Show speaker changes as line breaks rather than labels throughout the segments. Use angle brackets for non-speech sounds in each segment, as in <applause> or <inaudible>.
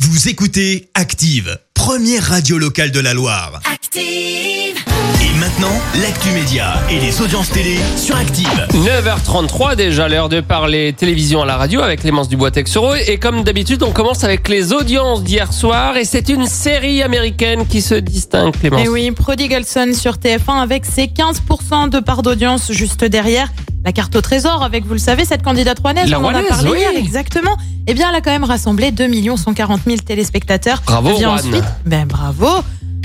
Vous écoutez Active, première radio locale de la Loire.
Active.
Et maintenant, l'actu média et les audiences télé sur Active.
9h33 déjà, l'heure de parler télévision à la radio avec Clémence Dubois-Texoro. Et comme d'habitude, on commence avec les audiences d'hier soir. Et c'est une série américaine qui se distingue, Clémence.
Et Eh oui, Prodigal Son sur TF1 avec ses 15% de part d'audience juste derrière. La carte au trésor avec, vous le savez, cette candidate rouennaise,
La
on en a
Rouennaise,
parlé
oui.
hier, exactement. Eh bien, elle a quand même rassemblé 2 140 000 téléspectateurs.
Bravo,
Et vient
Juan.
ensuite, ben bravo.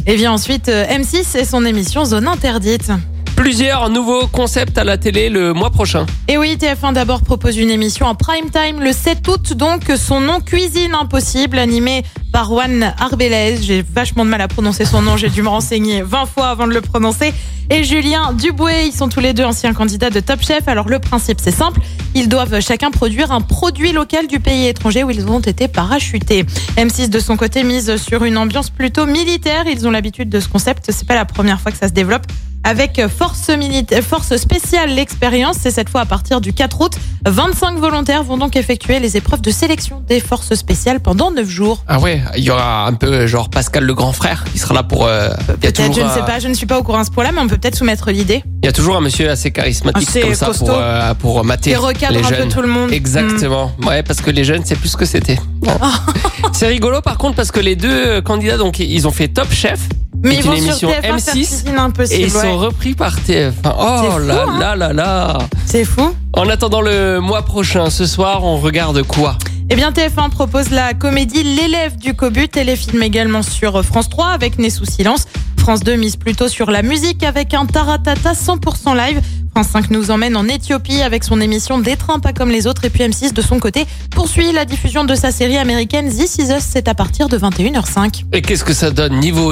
Et vient ensuite euh, M6 et son émission Zone Interdite.
Plusieurs nouveaux concepts à la télé le mois prochain.
Et oui, TF1 d'abord propose une émission en prime time le 7 août, donc son nom Cuisine Impossible, animé par Juan Arbelez. J'ai vachement de mal à prononcer son nom, j'ai dû me renseigner 20 fois avant de le prononcer. Et Julien Duboué, ils sont tous les deux anciens candidats de Top Chef. Alors le principe, c'est simple, ils doivent chacun produire un produit local du pays étranger où ils ont été parachutés. M6 de son côté mise sur une ambiance plutôt militaire. Ils ont l'habitude de ce concept, c'est pas la première fois que ça se développe avec force, milita- force spéciale l'expérience. C'est cette fois à partir du 4 août. 25 volontaires vont donc effectuer les épreuves de sélection des forces spéciales pendant 9 jours.
Ah ouais, il y aura un peu genre Pascal le grand frère qui sera là pour... euh, il y a
Peut-être,
toujours,
je ne
euh,
sais pas, je ne suis pas au courant à ce point-là, mais on peut peut-être soumettre l'idée.
Il y a toujours un monsieur assez charismatique
Assez
comme ça
costaud.
pour, euh, pour mater
Et recadre
les
un peu Hmm.
jeunes.
tout le monde.
Exactement. Ouais, parce que les jeunes, c'est plus ce que
<laughs>
c'était. Bon. c'est rigolo par contre parce que les deux candidats, donc ils ont fait Top Chef
Hmm. Mais
C'est
ils vont
une émission
sur TF1 faire
M6,
Cuisine impossible.
et ils
ouais.
sont repris par TF1. Oh
C'est fou,
là
hein.
là là là.
C'est fou.
En attendant le mois prochain, ce soir, on regarde quoi
Eh bien, TF1 propose la comédie L'élève du Cobu, téléfilm également sur France 3 avec Né sous silence. France 2 mise plutôt sur la musique avec un taratata 100% live. France 5 nous emmène en Éthiopie avec son émission Des trains pas comme les autres. Et puis M6 de son côté poursuit la diffusion de sa série américaine This Is Us. C'est à partir de 21h05.
Et qu'est-ce que ça donne niveau